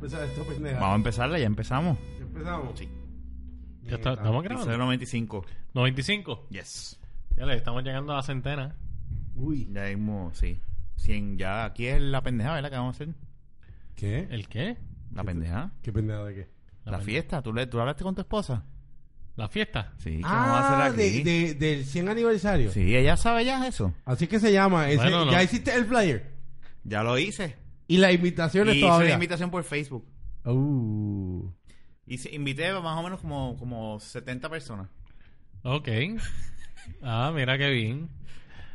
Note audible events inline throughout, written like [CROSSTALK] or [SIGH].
de esto, pendeja. Vamos a empezarla, ya empezamos. ¿Ya empezamos? Sí. Bien, Ya está, estamos. estamos Episodio grabando. 95. 95. Yes. Ya le estamos llegando a la centena. Uy. Ya mismo, sí. 100, ya aquí es la pendejada, ¿verdad? Que vamos a hacer. ¿Qué? ¿El qué? La pendejada. Eh, ¿Qué pendeja de qué? La, pende- fiesta. ¿Tú, le, ¿Tú hablaste con tu esposa? La fiesta. Sí, que vamos a Ah, hacer de, aquí. de- del 100 aniversario. Sí, ella sabe ya eso. Así que se llama. ese- Bueno, no. Ya hiciste el flyer. Ya lo hice. Y las Y invitaciones hice una todavía. invitación por Facebook. Uh. Y se- invité más o menos como, como 70 personas. Ok. Ah, mira qué bien.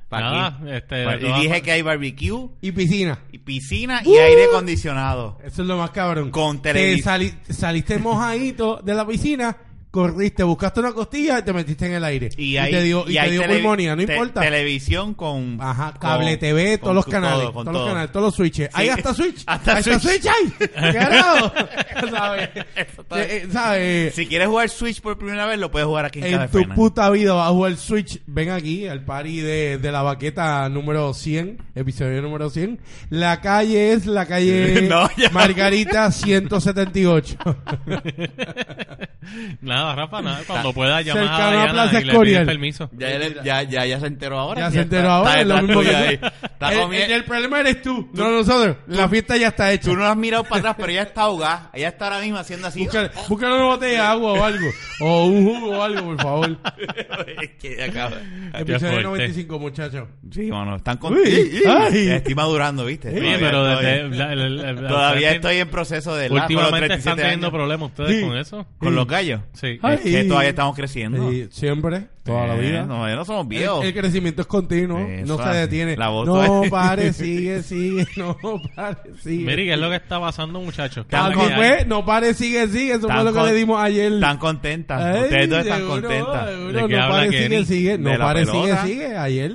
Para Nada, aquí. este, Pa- de y todas dije ma- que hay barbecue, Y piscina. y piscina ¡Uh! y aire acondicionado. Eso es lo más cabrón. Con Te televis- sali- saliste mojadito de la piscina, corriste, buscaste una costilla y te metiste en el aire. Y, ahí, te dio, y hay te dio tele- pulmonía, no te- importa. Televisión con. Ajá, cable con- TV, con todos los tu- canales, todo, con todos los todo. canales, todos los switches. Ahí hasta Switch. [LAUGHS] Hasta Switch. [LAUGHS] hay. Carajo. [LAUGHS] ¿Sabes? está Eh, eh, ¿Sabes? Si quieres jugar Switch por primera vez, lo puedes jugar aquí en, En Casa tu Fernández. puta vida vas a jugar Switch. Ven aquí al party de, de la baqueta número 100, episodio número 100. La calle es la calle [LAUGHS] No, ya. [LAUGHS] [LAUGHS] Margarita [LAUGHS] 178. Nada, Rafa, nada. [LAUGHS] Cuando pueda llamar Cercano a a Diana Plaza y le Escorial. pides permiso. Ya, él- ya, ya, ya se enteró ahora. Ya se enteró ahora, es lo detrás mismo que tuyo yo. ahí. Está el, comiendo- el- el problema eres tú, no nosotros. La fiesta ya está hecha. Tú no la has mirado para atrás, pero ella está ahogada. Ella está ahora mismo haciendo así. Búscale, búscale una botella de agua o algo. O un jugo o algo, [LAUGHS] por favor. [LAUGHS] Es que ya acaba. Episodio fuerte. 95, muchachos. Sí, bueno, están con... Uy, ay. Estoy madurando, ¿viste? Sí, Todavía pero estoy- desde. la- la- la- la- Todavía la- estoy en proceso de... la- con los Últimamente están 37 teniendo años. problemas ustedes Sí. con eso. ¿Con los gallos? Sí. Eh, Ay, Es que todavía estamos creciendo. Y siempre, toda la Eh, vida. No, ya no somos El, viejos. el crecimiento es continuo, Eso no se así. detiene. La voz no es- [LAUGHS] pare, sigue, sigue, no pare, sigue. Mire, ¿qué es lo que está pasando, muchachos? ¿Qué Tan Tan es la que con- hay? fue, no pare, sigue, sigue. Eso Tan fue lo que con- le dimos ayer. Están contentas. Ay, Ustedes dos están seguro, contentas. seguro, ¿De qué no habla pare, Kenny? sigue, sigue. No De la pare, sigue, pelota. sigue. Ayer,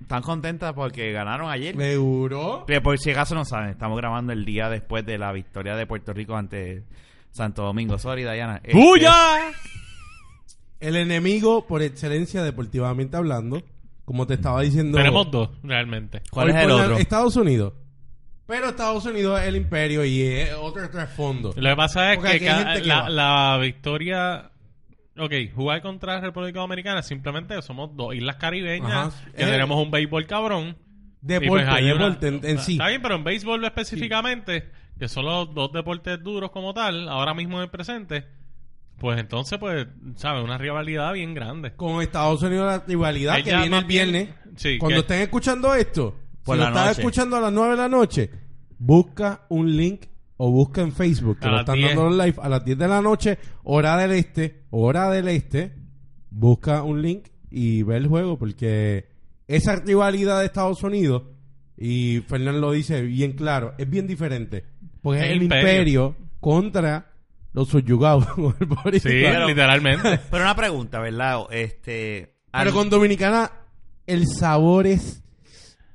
Están contentas porque ganaron ayer. seguro. Pero por si acaso no saben, estamos grabando el día después de la victoria de Puerto Rico ante Santo Domingo. Sorry, Diana. Este, ¡Bulla! El enemigo por excelencia deportivamente hablando, como te estaba diciendo. Tenemos dos, realmente. ¿Cuál hoy es el por la- otro? Estados Unidos. Pero Estados Unidos es el imperio y es otro trasfondo. Lo que pasa es Porque aquí que, hay ca- gente que la, va. la victoria. Ok, jugar contra República Dominicana simplemente somos dos islas caribeñas Ajá. que Eh. tenemos un béisbol cabrón. Y Deporte, pues hay una- deporte en, en sí. Está bien, pero en béisbol específicamente, que son los dos deportes duros como tal, ahora mismo en el presente, pues entonces, pues, ¿sabes? Una rivalidad bien grande. Con Estados Unidos la rivalidad Ahí que ya viene más el viernes. bien- sí, Cuando que- estén escuchando esto, Por si la lo están noche. escuchando a las 9 de la noche, busca un link o busca en Facebook que A lo las están 10. dando los live a las 10 de la noche, hora del este, hora del este, busca un link y ve el juego porque esa rivalidad de Estados Unidos y Fernán lo dice bien claro, es bien diferente, porque es El el imperio, imperio. contra los subyugados, [LAUGHS] como el Sí, boricua. [LAUGHS] literalmente. Pero una pregunta, ¿verdad? Este, Pero al- con Dominicana el sabor es...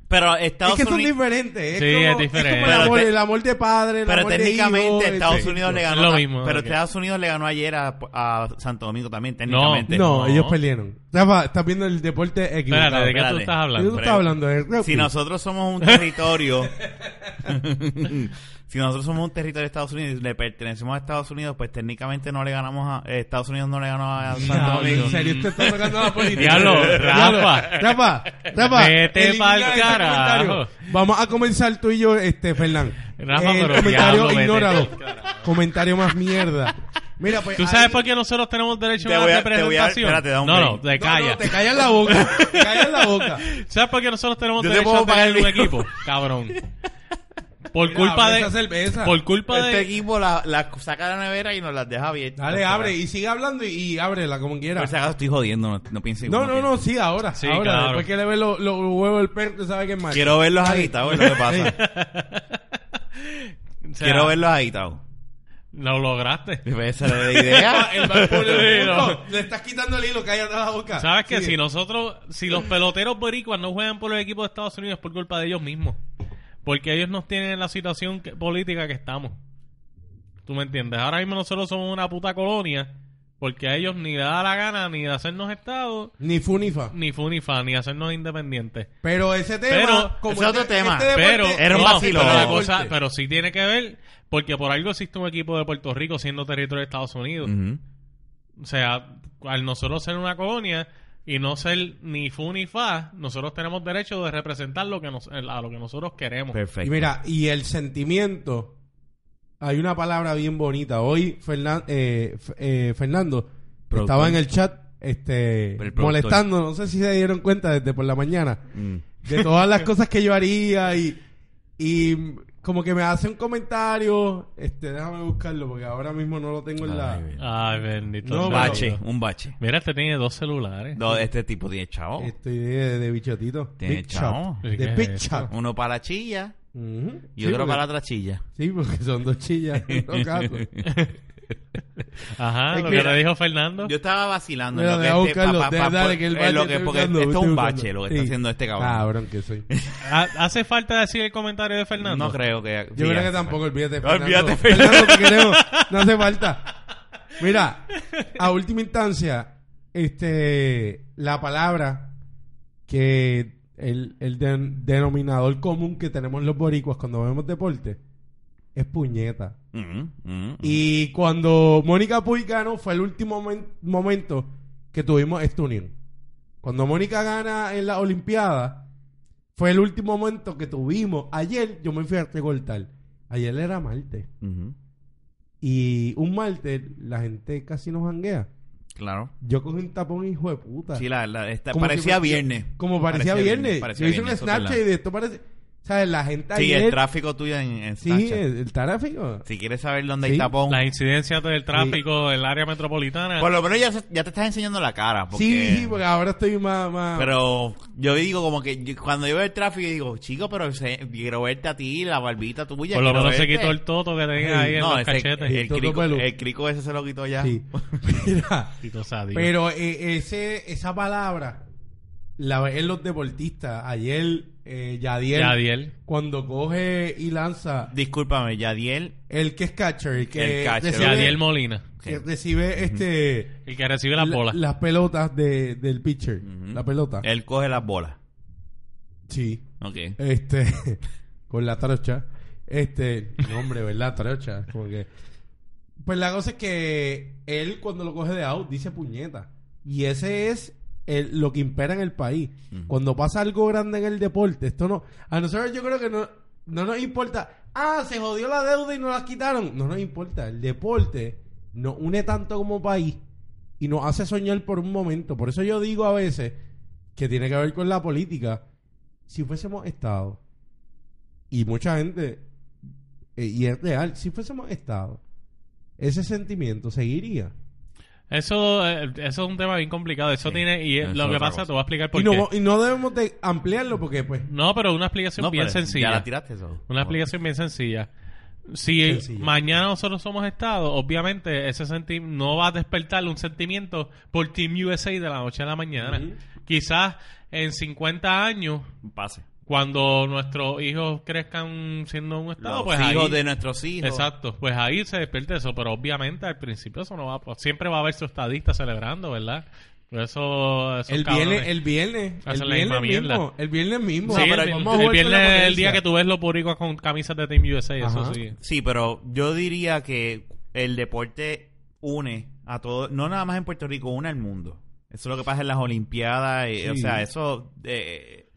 pero Es Estados que son Unidos... diferentes. Es Sí, como, es diferente. como el, Pero amor, te- el amor de padre, el Pero amor de este, hijo, técnicamente el- Estados sí. Unidos le Es ganó... lo a- mismo, pero ok. Estados Unidos le ganó ayer a, a Santo Domingo también, técnicamente. No, No. ellos pelearon. Rafa, estás viendo el deporte equivocado. Espérate, ¿de qué tú espérate. estás ¿De qué tú hablando? estás hablando? ¿De rugby? Si nosotros somos un territorio... [LAUGHS] si nosotros somos un territorio de Estados Unidos y le pertenecemos a Estados Unidos, pues técnicamente no le ganamos a... eh, Estados Unidos no le ganó a Santo No, Domingo. en serio, usted está tocando la política. Diablo, Diablo, Rafa. Rafa, Rafa. Vete elimina pa'l ese carajo. comentario. Vamos a comenzar tú y yo, este, Fernán. Rafa, el pero comentario, diablo, vete ignóralo. pa'l Comentario más mierda. Mira, pues. ¿Tú ahí- sabes por qué nosotros tenemos derecho Te a voy una a- te voy a- representación? espérate, da un no, no, break. te No, callas. no, te callas la boca. Te callas la boca. ¿Sabes por qué nosotros tenemos Yo te derecho puedo a tener pagar un el [LAUGHS] equipo? [LAUGHS] Cabrón. Por Mira, culpa abre de... esa cerveza. Por culpa Este de... equipo la, la saca de la nevera y nos las deja abiertas. Dale, abre y sigue hablando y, y ábrela como quiera. Por si acaso estoy jodiendo, no, no piense No, no, no, sí, ahora. Pues, Sí, ahora, claro. después que le ve los los huevos del perro, usted sabe que es malo. [LAUGHS] Quiero verlos agitados, es lo que pasa. [LAUGHS] o sea, Quiero verlos agitados. pues, Lo lograste. Esa [LAUGHS] era la idea. El [LAUGHS] barco le- Sí, no. no, Le estás quitando el hilo, cállate la boca. ¿Sabes qué? Sigue. Si nosotros... Si los peloteros boricuas no juegan por los equipos de Estados Unidos es por culpa de ellos mismos. Porque ellos nos tienen en la situación que- política que estamos. ¿Tú me entiendes? Ahora mismo nosotros somos una puta colonia Porque a ellos ni le da la gana ni de hacernos Estado, Ni fu ni fa. ni fu ni fa, ni hacernos independientes. Pero ese tema. Pero- como ese este, es otro tema. deporte Pero, Era un es vacilo. tipo Pero, de la deporte. cosa- pero sí tiene que ver, porque por algo existe un equipo de Puerto Rico siendo territorio de Estados Unidos. Ujú. Mm. O sea, al nosotros ser una colonia y no ser ni fu ni fa, nosotros tenemos derecho de representar lo que nos, a lo que nosotros queremos. Y Perfecto. mira, y el sentimiento. Hay una palabra bien bonita. Hoy Fernan- eh, F- eh, Fernando Productor. estaba en el chat este, productor. molestando. No sé si se dieron cuenta desde por la mañana. Mm. de todas las cosas que yo haría y, y como que me hace un comentario, este, déjame buscarlo porque ahora mismo no lo tengo en la... Ay, bien. Ay, bendito. No, sea bache, Dios. un bache. Mira, este tiene dos celulares. No, este tipo tiene chavo. Estoy de, de bichotito. Tiene Big chavo. shot. Oh. ¿Qué De es Big eso? shot. Uno para la chilla Ujú. y Sí, otro porque- para la otra chilla. Sí, porque son dos [LAUGHS] chillas. en dos casos. Ajá, Ay, lo mira. que te dijo Fernando. Yo estaba vacilando. Mira, en lo deja que este, buscarlo, pa- pa- deja- pa- dale, que el en bache lo que, estoy porque buscando, esto es estoy un buscando. bache lo que está Sí. haciendo este cabrón. Cabrón que soy. Ha- ¿Hace falta decir el comentario de Fernando? No creo que. sí, Yo creo que hace tampoco, olvídate. No, olvídate, Fernando, te queremos. No [LAUGHS] hace falta. Mira, a última instancia, este, la palabra que el, el den- denominador común que tenemos los boricuas cuando vemos deporte es puñeta. falta. Mm, mm, mm. Y cuando Mónica Puig ganó fue el último momen- momento que tuvimos esta unión. Cuando Mónica gana en la Olimpiada fue el último momento que tuvimos. Ayer yo me fui a recortar. Ayer era martes. Ujú. Y un martes la gente casi nos janguea. Claro. Yo cogí un tapón hijo de puta. Sí, la verdad. esta- Ah. Como parecía si- viernes. Como parecía, viernes. parecía yo hice viernes, eso un es Snapchat y verdad. de esto parece... ¿Sabes? La gente Sí, ayer... el tráfico tuyo en, en sí, Snapchat. el, el tráfico. Si quieres saber dónde Sí. hay tapón. Las incidencias del tráfico del área metropolitana. Por lo menos ya, se- ya te estás enseñando la cara. Porque, Sí, sí, porque ahora estoy más... más... Pero yo digo como que yo- cuando yo veo el tráfico, yo digo, chico, pero se- quiero verte a ti, la barbita tuya. Por lo quiero menos se verte". quitó el toto que tenía ahí este. en No, este, los ese- cachetes. el, Toto crico, pelu. el crico ese se lo quitó ya. Sí. [LAUGHS] Mira, Tito Sadio. Pero eh, ese, esa palabra la ves en los deportistas. Ayer, eh, Yadier, Yadiel. cuando coge y lanza Discúlpame, Yadiel. el que es catcher, el que El catcher. recibe, Yadiel Molina. que recibe, este El que recibe las la- bolas. las pelotas de, del pitcher, Ujú. Eh. la pelota. Él coge las bolas. Sí, Ok. este [LAUGHS] con la trocha. Este, nombre, ¿verdad? Trocha, como que- pues la cosa es que él cuando lo coge de out dice puñeta. Y ese es el- lo que impera en el país. Ujú. Cuando pasa algo grande en el deporte, esto no. A nosotros yo creo que no, no nos importa. Ah, se jodió la deuda y nos la quitaron. No nos importa. El deporte nos une tanto como país y nos hace soñar por un momento. Por eso yo digo a veces que tiene que ver con la política. Si fuésemos Estado, y mucha gente, eh, y es real, si fuésemos Estado, ese sentimiento seguiría. Eso, eh, eso es un tema bien complicado. Eso Sí, tiene. Y eso lo es que otra pasa, cosa. te voy a explicar por Y qué. no, y no debemos de ampliarlo porque, pues, No, pero una explicación No, bien pero Ya sencilla. la tiraste eso. Una explicación bien sencilla. Si Sencilla. mañana nosotros somos Estado, obviamente ese senti no va a despertar un sentimiento por Team USA de la noche a la mañana. Ujú. Quizás en 50 años, Pase. cuando nuestros hijos crezcan siendo un Estado, Los pues hijos ahí, de nuestros hijos. Exacto, pues ahí se despierte eso, pero obviamente al principio eso no va a... Siempre va a haber su estadista celebrando, ¿verdad? Por eso... esos el cabrones- viernes, el viernes, el Hacen la viernes misma mierda. mismo, el viernes mismo. Sí, el, pero el vamos a jugar con la viernes es el potencia. día que tú ves los boricuas con camisas de Team USA, Ajá. eso sí. Sí, pero yo diría que el deporte une a todo, no nada más en Puerto Rico, une al mundo. Eso es lo que pasa en las Olimpiadas. y- O Sí. sea, eso eh,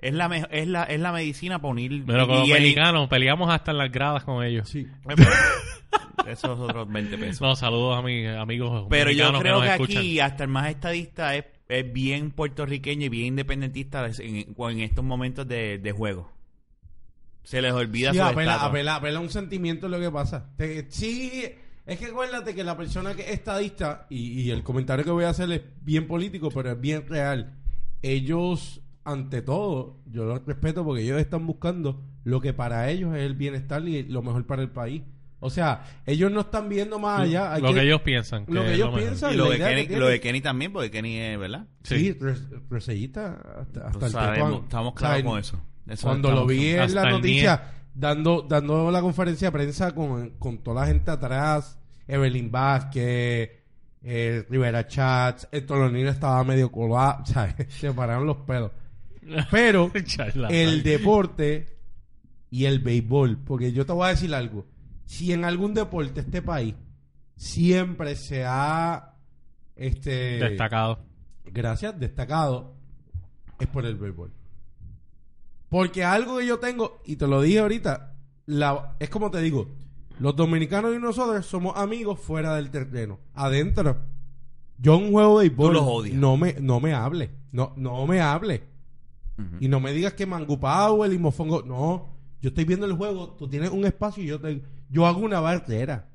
es, la me- es, la, es la medicina para unir. Pero con los y el- Eh, mexicanos peleamos hasta en las gradas con ellos. Ah, Sí. [LAUGHS] Esos otros 20 pesos. No, saludos a mis amigos Pero yo mexicanos creo nos que, escuchan. aquí, hasta el más estadista, es, es bien puertorriqueño y bien independentista en, en estos momentos de, de juego. Se les olvida Sí, su apela, estatus. apela, apela a un sentimiento lo que pasa. Te- sí, es que acuérdate que la persona que es estadista, y, y el comentario que voy a hacer es bien político, pero es bien real. Ellos, ante todo, yo los respeto porque ellos están buscando lo que para ellos es el bienestar y lo mejor para el país. O sea, ellos no están viendo más allá. Ah, hay Lo que, ellos piensan. lo que es ellos mejor. piensan. Y lo la de, idea que Kenny, tienen. lo de Kenny también, porque Kenny es, ¿verdad? Sí, Sí. re- resellita hasta, hasta Pues el sabemos, tetuán. estamos O claros sea, con eso. Eso Cuando lo estamos vi en Hasta la el noticia dando, dando la conferencia de prensa con, con toda la gente atrás, Evelyn Vázquez, eh, Rivera Chats, el Tolonino estaba medio colado, [LAUGHS] o sea, se pararon los pelos. [LAUGHS] Pero [LAUGHS] Charlatán. el deporte y el béisbol, porque yo te voy a decir algo, si en algún deporte este país siempre se ha este Destacado. gracias, destacado, es por el béisbol. Porque algo que yo tengo, y te lo dije ahorita, la- es como te digo, los dominicanos y nosotros somos amigos fuera del terreno. Adentro, yo en un juego de béisbol Tú los odias. no me, no me hable, no, no me hable. Ujú. Y no me digas que Mangu Powell y Mofongo, no, yo estoy viendo el juego, tú tienes un espacio y yo te, yo hago una barrera.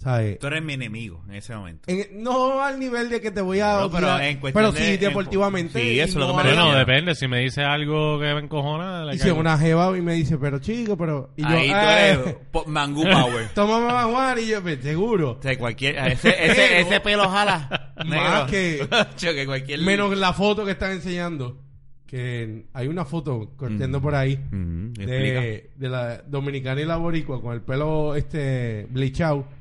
¿Sabes? Tú eres mi enemigo en ese momento. En- no al nivel de que te voy a. No, pero odiar, en cuestión pero de- sí en- deportivamente. sí, y eso es lo que no me a- refiero. Bueno, depende. Si me dice algo que me encojona, le Y si caigo. una jeva y me dice, pero chico, pero. Y yo, Ahí "Eh, tú [LAUGHS] eres po- Mangú Power. Toma mamá Juan, y yo, "Pues, seguro. O sea, cualquier, ese, [LAUGHS] ese, ese pelo jala. negro. Más que- [LAUGHS] Yo que cualquier... Menos la foto que están enseñando. Que hay una foto corriendo por ahí. Ujú, Mm. explica. de, de la dominicana y la boricua con el pelo este bleachado.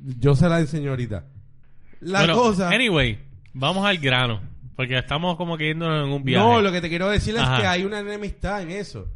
Yo se la enseño ahorita. La Bueno, cosa. Anyway, vamos al grano. Porque estamos como que yéndonos en un viaje. No, lo que te quiero decir Ajá. es que hay una enemistad en eso.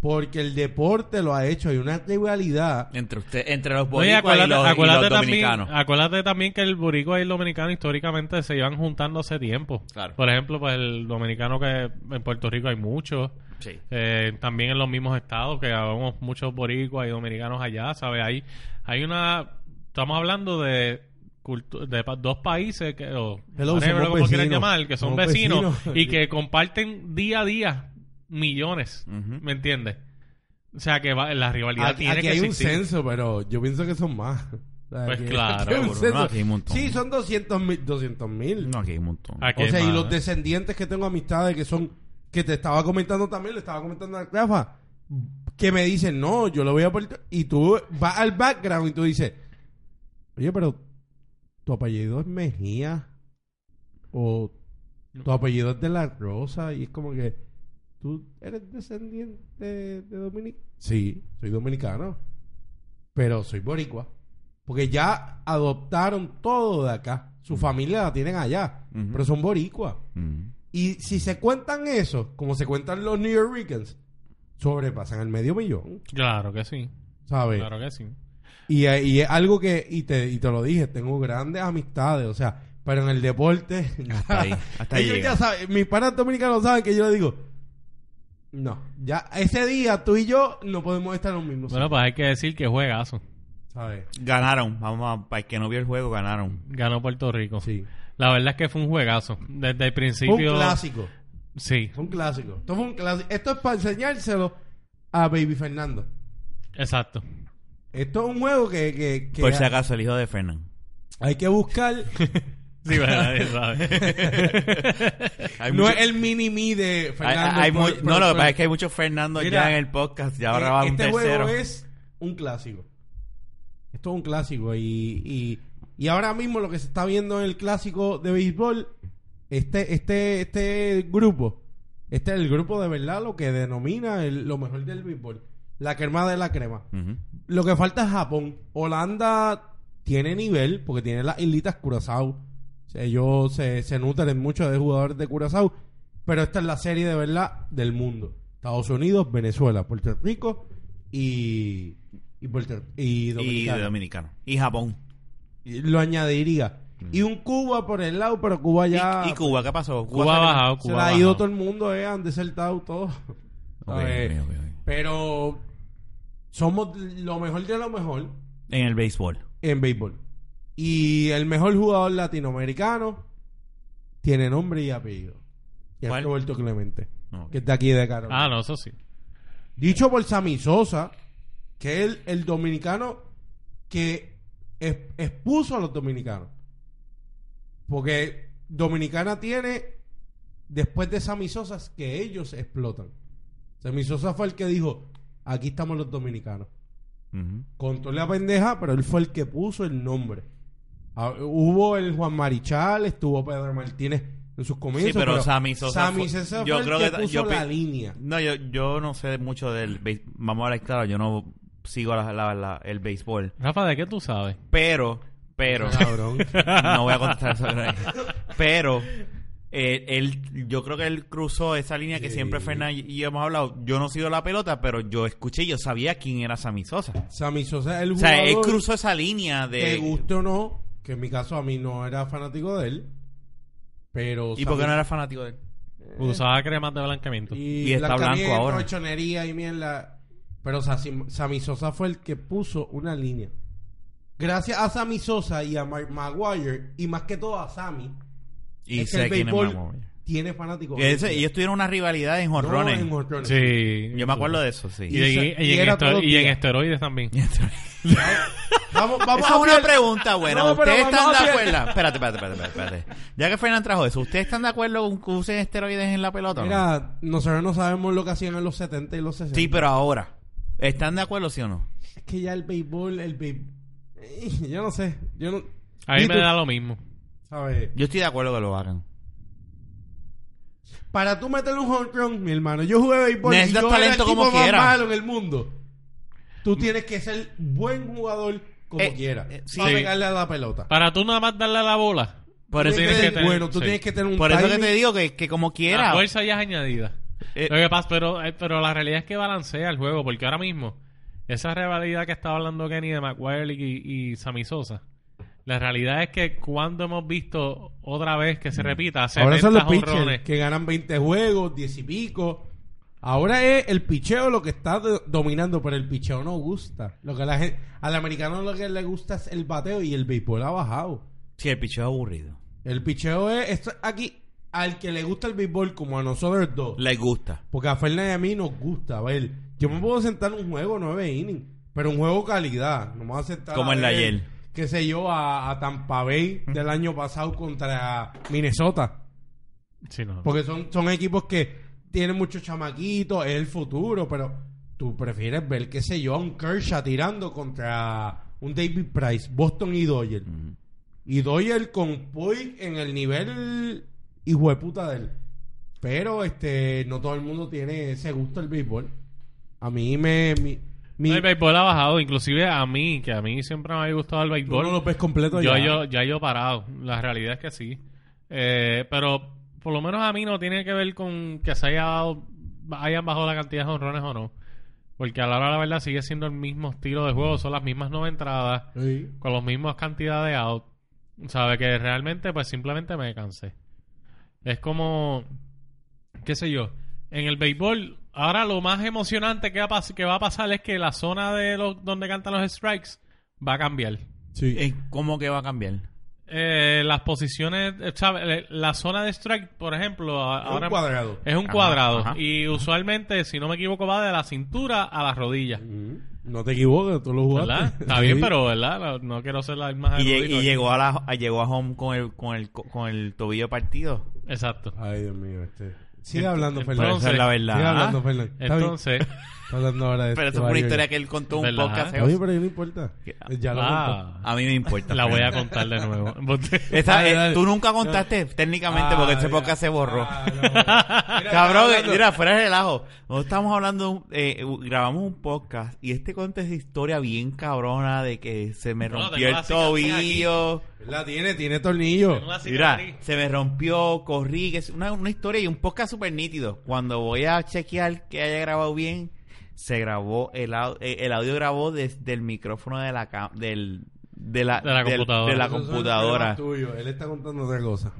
Porque el deporte lo ha hecho, hay una rivalidad. Entre, usted, entre los Oye, boricuas y acuérdate, los, y acuérdate los también, dominicanos. acuérdate también que el boricua y el dominicano históricamente se iban juntando hace tiempo. Claro. Por ejemplo, pues el dominicano que en Puerto Rico hay muchos. Sí. Eh, también en los mismos estados que habemos muchos boricuas y dominicanos allá, ¿sabes? Hay, hay una... Estamos hablando de, cultu- de pa- dos países que, o Hello, whatever, somos como quieran vecinos. llamar, que son Somos vecinos, vecinos. y que comparten día a día millones, Ujú. ¿me entiendes? O sea que va- la rivalidad Aquí, tiene aquí que hay un existir. censo, pero yo pienso que son más. O sea, Pues que- claro, que hay un bro, censo. no, aquí hay un montón. sí, son 200 mil. 200 Mm, mil. No, aquí hay un montón. Aquí o hay sea, y más, los ¿eh? descendientes que tengo amistades que son. Que te estaba comentando también, le estaba comentando a Rafa. Que me dicen, no, yo lo voy a Puerto. Y tú vas al background y tú dices, oye, pero tu apellido es Mejía. O tu apellido es de la Rosa. Y es como que. ¿Tú eres descendiente de Dominicano? Sí, soy dominicano. Pero soy boricua. Porque ya adoptaron todo de acá. Su familia la tienen allá. Ujú. Pero son boricua. Ujú. Y si se cuentan eso, como se cuentan los New Yorkers, sobrepasan el medio millón. Claro que sí. ¿Sabes? Claro que sí. Y, eh, y es algo que, y te, y te lo dije, tengo grandes amistades, o sea, pero en el deporte. [LAUGHS] Hasta ahí, hasta ahí ellos llega. ya saben, mis panas dominicanos saben que yo le digo, no, ya ese día tú y yo no podemos estar en los mismos. Bueno, pues hay que decir que juegazo. ¿Sabes? Ganaron. Vamos a... Para el que no vio el juego, ganaron. Ganó Puerto Rico. Sí. La verdad es que fue un juegazo. Desde el Fue un principio. clásico, Sí, fue un clásico. Esto fue un clásico. Esto es para enseñárselo a Baby Fernando. exacto. Esto es un juego que, que, que Por si acaso, el hijo de Fernán. hay que buscar. Sí, bueno, nadie sabe. [LAUGHS] Hay no mucho- es el mini mi de hay- Fernando. hay por- mu- por- No, lo que por- pasa es que hay muchos Fernando Mira, ya en el podcast. Y ahora Eh, va un este tercero. juego es un clásico. Esto es un clásico. Y, y, y ahora mismo lo que se está viendo en el clásico de béisbol, este, este, este grupo, este es el grupo de verdad lo que denomina el- lo mejor del béisbol. La crema de la crema. Ujú. Lo que falta es Japón. Holanda tiene nivel porque tiene las islitas Curazao. O sea, Ellos se, se nutren mucho de jugadores de Curazao. Pero esta es la serie de verdad del mundo. Estados Unidos, Venezuela, Puerto Rico y, y, Puerto- y Y Dominicana. de Dominicano. Y Japón. Y lo añadiría. Y un Cuba por el lado, pero Cuba ya... Mm. Y, y Cuba, ¿qué pasó? Cuba ha salió- bajado, se Cuba la ha ha ido bajado. todo el mundo, eh, han desertado todos. Ok, ¿Sabes? ok, ok, ok. Pero somos lo mejor de lo mejor. En el béisbol. en béisbol. Y el mejor jugador latinoamericano tiene nombre y apellido. Y es ¿Cuál? Roberto Clemente, Ok. que está aquí de Carolina. Ah, no, eso sí. Dicho por Sammy Sosa, que es el, el dominicano que es- expuso a los dominicanos. Porque Dominicana tiene, después de Sammy Sosa, que ellos explotan. Sammy Sosa fue el que dijo, aquí estamos los dominicanos Ujú. contó la pendeja, pero él fue el que puso el nombre. Ah, hubo el Juan Marichal, estuvo Pedro Martínez en sus comienzos. Sí, pero Sammy Sosa Sammy fue- Sosa fue yo el creo que, que- puso yo la pi- línea. No, yo, yo no sé mucho del béisbol. Vamos a hablar claro, yo no sigo la- la- la- el béisbol. Rafa, ¿de qué tú sabes? Pero Pero [LAUGHS] Cabrón. no voy a contestar eso. ahora. Pero eh, él, yo creo que él cruzó esa línea que Sí. siempre Fernan y yo hemos hablado. Yo no sigo la pelota, pero yo escuché y yo sabía quién era Sammy Sosa. Sammy Sosa es el O sea, él jugador, cruzó esa línea Te de. guste o no, que en mi caso a mí no era fanático de él. Pero. ¿Y por qué Sammy- no era fanático de él? Usaba cremas de blanqueamiento. Eh, Y, Y está Blancanieves, blanco ahora. Colchonería y mierda. Pero o sea, Sim- Sammy Sosa fue el que puso una línea. Gracias a Sammy Sosa y a Mark Maguire, y más que todo a Sammy, Y es que sé el quién es béisbol Mamo. tiene fanáticos. Ese- Ellos tuvieron una rivalidad en jonrones. No, en jonrones. Sí. Yo me acuerdo de eso, sí. Y, de- y- y Y en, era esto- todos y en días. esteroides también. Vamos, vamos Esa a es una ampliar- pregunta buena. No, pero ¿Ustedes están vamos a de ampliar- acuerdo? Espérate, espérate, espérate, espérate. Ya que Fernan trajo eso, ¿ustedes están de acuerdo con que usen esteroides en la pelota? o no? Mira, nosotros no sabemos lo que hacían en los 70 y los 60. Sí, pero ahora. ¿Están de acuerdo, sí o no? Es que ya el béisbol, el béisbol... Yo no sé. Yo no... A mí Y me tú, da lo mismo. ¿sabes? Yo estoy de acuerdo que lo hagan. Para tú meterle un home run, mi hermano, yo jugué béisbol y Necesitas yo era el talento tipo como más quiera. Mm. malo en el mundo. Tú tienes que ser buen jugador como Eh, quiera. eh, Para sí. pegarle a la pelota. Para tú nada más darle a la bola. Por Tú eso, tienes Sí, tienes que que ser tener- bueno, tú sí. tienes que tener un por eso que timing. te digo que, que como quiera. La fuerza ya es añadida. Eh, Lo que pasa, pero, eh, pero la realidad es que balancea el juego, porque ahora mismo, esa rivalidad que estaba hablando Kenny de McGuire y, y Sammy Sosa, la realidad es que cuando hemos visto otra vez que se repita, 70 Mm. Ahora son los pitchers jonrones, que ganan 20 juegos, 10 y pico. Ahora es el picheo lo que está do- dominando, pero el picheo no gusta. Lo que a la gente, al americano lo que le gusta es el bateo y el béisbol ha bajado. Sí, el picheo es aburrido. El picheo es esto es aquí al que le gusta el béisbol como a nosotros dos. Les gusta. Porque a Fernández y a mí nos gusta, a ver. Yo me puedo sentar en un juego nueve innings, pero un juego calidad. No me voy a sentar Como a el de ver, ayer. Qué sé yo, a, a Tampa Bay del año pasado contra Minnesota. sí, no. Porque son, son equipos que tienen muchos chamaquitos, es el futuro, pero tú prefieres ver, qué sé yo, a un Kershaw tirando contra un David Price, Boston y Doyle. Y Doyle con Puig en el nivel hijo de puta de él. Pero este no todo el mundo tiene ese gusto del béisbol. A mí me... Mi, mi- No, el béisbol ha bajado, inclusive a mí, que a mí siempre me ha gustado el tú béisbol. no lo ves completo yo, ya. yo, ya yo he parado. La realidad es que sí. Eh, pero por lo menos a mí no tiene que ver con que se haya dado- hayan bajado la cantidad de honrones o no. Porque a la hora de la verdad sigue siendo el mismo estilo de juego. Son las mismas nueve entradas. Sí. Con las mismas cantidades de out. Sabe que realmente pues simplemente me cansé. Es como... qué sé yo. En el béisbol, ahora lo más emocionante que va a, pas- que va a pasar es que la zona de los, donde cantan los strikes va a cambiar. Sí. Eh, ¿Cómo que va a cambiar? Eh, las posiciones, eh, ¿sabe? Eh, la zona de strike, por ejemplo, a- Es un ahora cuadrado. es un Ajá, cuadrado ajá. y usualmente, si no me equivoco, va de la cintura a las rodillas. Ujú. No te equivoques, tú lo jugaste. ¿Verdad? Está bien, pero ¿verdad? No, Ah, no quiero ser la más Y, lle- erudito. y llegó, a la, a- llegó a home con el, con el, con el tobillo partido. Este Exacto. Ay, Dios mío, este. Sigue hablando, entonces- Fernández. Esa es la verdad. Sigue hablando, Fernández. Está bien. Entonces, Está hablando ahora de Pero este eso fue una barrio. historia que él contó un ¿Verdad? podcast. Oye, pero yo no importa. Ya lo contó. ah, A mí me importa. la voy a contar [LAUGHS] de nuevo. Esta- Dale, eh, dale. Tú nunca contaste técnicamente porque Ah, ese ya. podcast se borró. Ah, [LAUGHS] no, mira. Mira, Cabrón, eh, está hablando. mira, fuera de relajo. No estamos hablando, eh, grabamos un podcast y este cuenta esa historia bien cabrona de que se me No, rompió tengo el la cicatriz aquí. tobillo. La tiene, tiene tornillo. Mira, se me rompió, corrí, que es una, una historia y un podcast súper nítido. Cuando voy a chequear que haya grabado bien, se grabó, el, au- eh, el audio grabó desde el micrófono de la, cam- del, de la, De del- la computadora. de la Esos son computadora. problemas tuyos. Él está contando otra cosa.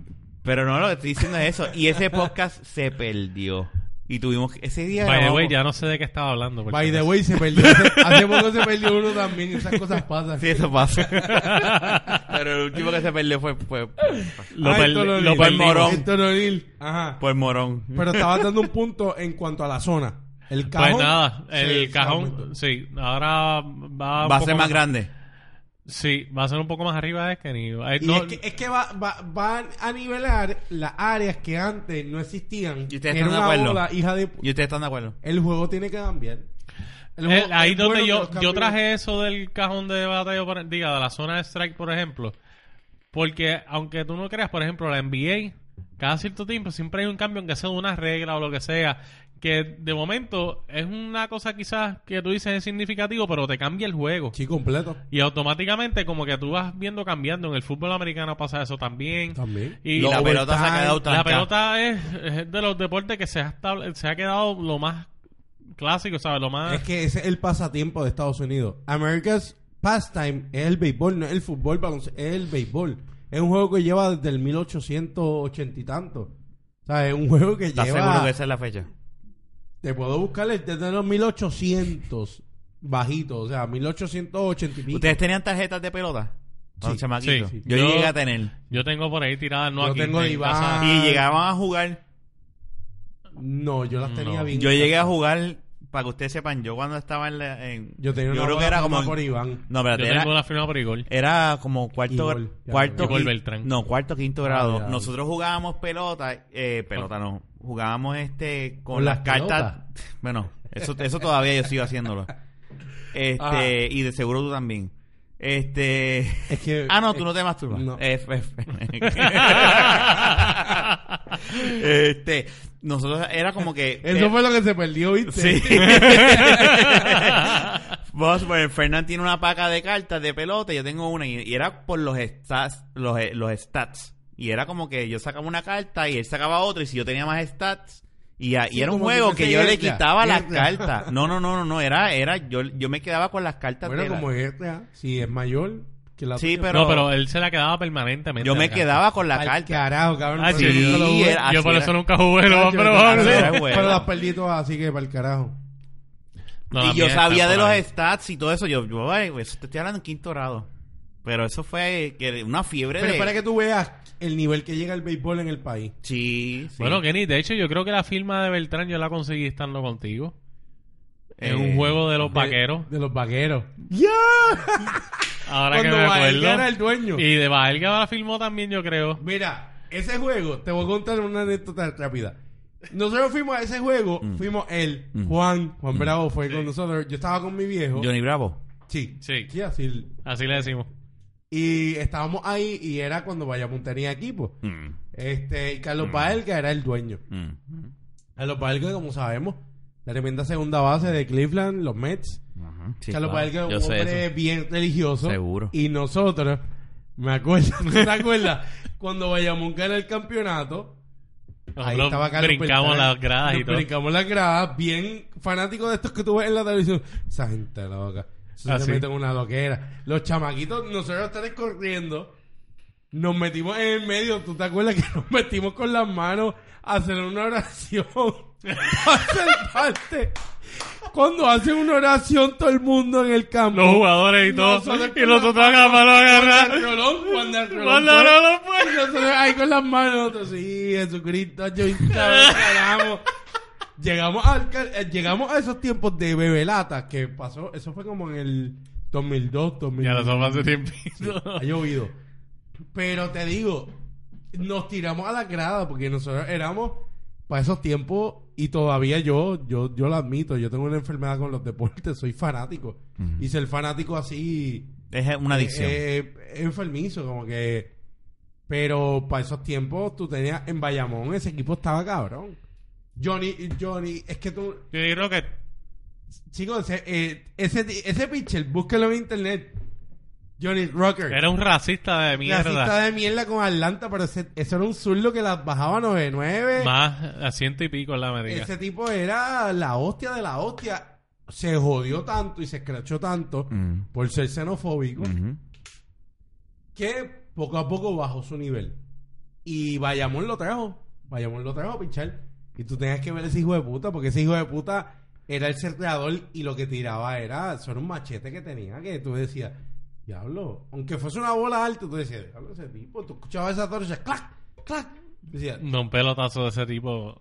Pero no, lo que estoy diciendo es eso. Y ese podcast se perdió. Y tuvimos que- ese día... By the grabamos- way, ya no sé de qué estaba hablando. porque- By the way, se perdió. [LAUGHS] Hace poco se perdió uno también. Esas cosas pasan. Sí, eso pasa. [LAUGHS] Pero el último que se perdió fue, fue Lo, Ah, per- esto lo O'Neill. Fue el perdimos. morón. Esto O'Neill. Ajá. por morón. Pero estaba dando un punto en cuanto a la zona. El cajón. Pues nada, se- el se aumentó. cajón, sí, ahora va, Ah, un Va a poco ser más grande. Sí, va a ser un poco más arriba de Kenny. Eh, Y no, es que, es que va, va, van a nivelar las áreas que antes no existían. ¿Y ustedes Era están de una acuerdo? bola, hija de... pu- ¿Y ustedes están de acuerdo? El juego tiene que cambiar. El eh, juego- ahí es donde bueno que yo, los yo cambios- traje eso del cajón de batalla, por- diga, de la zona de strike, por ejemplo. Porque aunque tú no creas, por ejemplo, la NBA, cada cierto tiempo siempre hay un cambio, aunque sea de una regla o lo que sea, que de momento es una cosa quizás que tú dices es significativo, pero te cambia el juego. Sí, completo. Y automáticamente como que tú vas viendo cambiando. En el fútbol americano pasa eso también. También. Y la Lo- pelota se ha overtime, quedado la trancada. pelota es, es de los deportes que se ha, estable- se ha quedado lo más clásico, ¿sabes? Lo Ah. más... Es que ese es el pasatiempo de Estados Unidos. America's pastime es el béisbol, no es el fútbol, balonce- es el béisbol. Es un juego que lleva desde el 1880 y tanto. O sea, es un juego que ¿Estás lleva... seguro que esa es la fecha? Te puedo buscar el- desde los 1800 bajito, o sea, 1880 y pico. ¿Ustedes tenían tarjetas de pelota? Cuando Sí, chamaquitos? sí, sí. Yo, Yo- llegué a tener. Yo tengo por ahí tiradas, no Yo aquí. tengo en Iván. casa. Y llegaban a jugar. No, yo las tenía No. bien. Yo llegué a jugar, para que ustedes sepan, yo cuando estaba en... la- en- Yo tenía una creo que bola era firmada como... por Iván. No, Yo espérate, era, tengo una firma por Eh, Igor. era como cuarto... Igor, gra- ya, cuarto Igor quin- Beltrán. No, cuarto, quinto grado. Ah, ya. Nosotros jugábamos pelota, eh, pelota no, jugábamos este con, Con las las cartas. [LAUGHS] Bueno, eso, eso todavía yo sigo haciéndolo. [LAUGHS] Este, Ajá. y de seguro tú también. [LAUGHS] Este... Es que. eh, Ah, no, tú no te masturbas. No. F, F. [LAUGHS] [LAUGHS] este, nosotros era como que... Eso eh, fue lo que se perdió, ¿viste? [LAUGHS] Sí. [LAUGHS] Vos, pues, Fernán tiene una paca de cartas de pelota, yo tengo una, y, y era por los stats, los, los stats. Y era como que yo sacaba una carta y él sacaba otra, y si yo tenía más stats, y, a- y Sí, era un como que juego fuese que yo le Erla, quitaba las Erla. cartas. No, no, no, no, no, era, era, yo, yo me quedaba con las cartas de Bueno, la- como esta, si es mayor que la Sí, tuya, pero- no, pero él se la quedaba permanentemente. Yo la me carta. quedaba con la Al carta. carajo, cabrón. Ah, pero sí. nunca lo Sí, jugué. era- así Yo por era. eso nunca jugué lo más Yo- era probable. bueno. Pero las perdí todas, así que para el carajo. No, la y yo mía está sabía de por los ahí. stats y todo eso. Yo, yo ay, güey, eso te estoy hablando en quinto grado. Pero eso fue que una fiebre Pero de... es para que tú veas el nivel que llega el béisbol en el país. Sí, sí. Bueno, Kenny, de hecho yo creo que la firma de Beltrán yo la conseguí estando contigo. En Eh, un juego de los De- vaqueros. De los vaqueros. Ahora que Cuando me Baelga acuerdo. era el dueño. Y de Baelga la firmó también, yo creo. Mira, ese juego, te voy a contar una anécdota rápida. Nosotros fuimos a ese juego, Mm. fuimos él, Juan, Juan Bravo fue con nosotros. Yo estaba con mi viejo. Johnny Bravo. Sí, Sí. sí, así. Así le decimos. Y estábamos ahí y era cuando Bayamón tenía equipo. Mm, Este, y Carlos Baelga era el dueño. mm. Carlos Baelga, como sabemos, la tremenda segunda base de Cleveland, los Mets. Ajá. Sí, Carlos claro. Baelga Yo es un sé pues, hombre eso. bien religioso. Seguro. Y nosotros, me acuerdo, [LAUGHS] ¿tú te acuerdas? Cuando Bayamón gana el campeonato, Ahí Nosotros estaba Carlos brincamos Beltrán. las gradas y Nos todo. Brincamos las gradas, bien fanático de estos que tú ves en la televisión. Esa gente loca. Eso Ah, se sí. meten una loquera. Los chamaquitos, nosotros estaré corriendo. Nos metimos en el medio. ¿Tú te acuerdas que [LAUGHS] nos metimos con las manos a hacer una oración? [LAUGHS] Para parte. Cuando hacen una oración todo el mundo en el campo. Los jugadores y todo. Nosotros Y con los la- otros agarraron a Juan del agarrar. Rolón, Juan del Rolón. Juan del Rolón, pues. Y nosotros ahí con las manos, nosotros, sí, Jesucristo, yo instalamos. Llegamos, al, cal- eh, llegamos a esos tiempos de bebelata que pasó, eso fue como en el 2002, 2003. Ya lo somos hace tiempito. Ha llovido. Pero te digo, nos tiramos a la grada porque nosotros éramos para esos tiempos y todavía yo, yo, yo lo admito, yo tengo una enfermedad con los deportes, soy fanático. Y ser fanático así Es una adicción. eh, eh, enfermizo, como que. Pero para esos tiempos tú tenías en Bayamón, ese equipo estaba cabrón. Johnny, Johnny, es que tú. Yo creo que Chicos, ese, eh, ese, ti- ese pitcher, búsquelo en internet. Johnny Rocker. era un racista de Racista mierda. de mierda con Atlanta, pero ese, eso era un zurdo que las bajaba 9-9. Más a ciento y pico en la América. Ese tipo era la hostia de la hostia. Se jodió tanto y se escrachó tanto Mm. por ser xenofóbico. Ujú. que poco a poco bajó su nivel. Y Bayamón lo trajo. Bayamón lo trajo a pinchar. Y tú tenías que ver ese hijo de puta, porque ese hijo de puta era el cerrador y lo que tiraba era, eso era un machete que tenía, que tú decías, diablo, aunque fuese una bola alta, tú decías, diablo, ese tipo, tú escuchabas esa torcha, clac, clac. Decías, No, un pelotazo de ese tipo no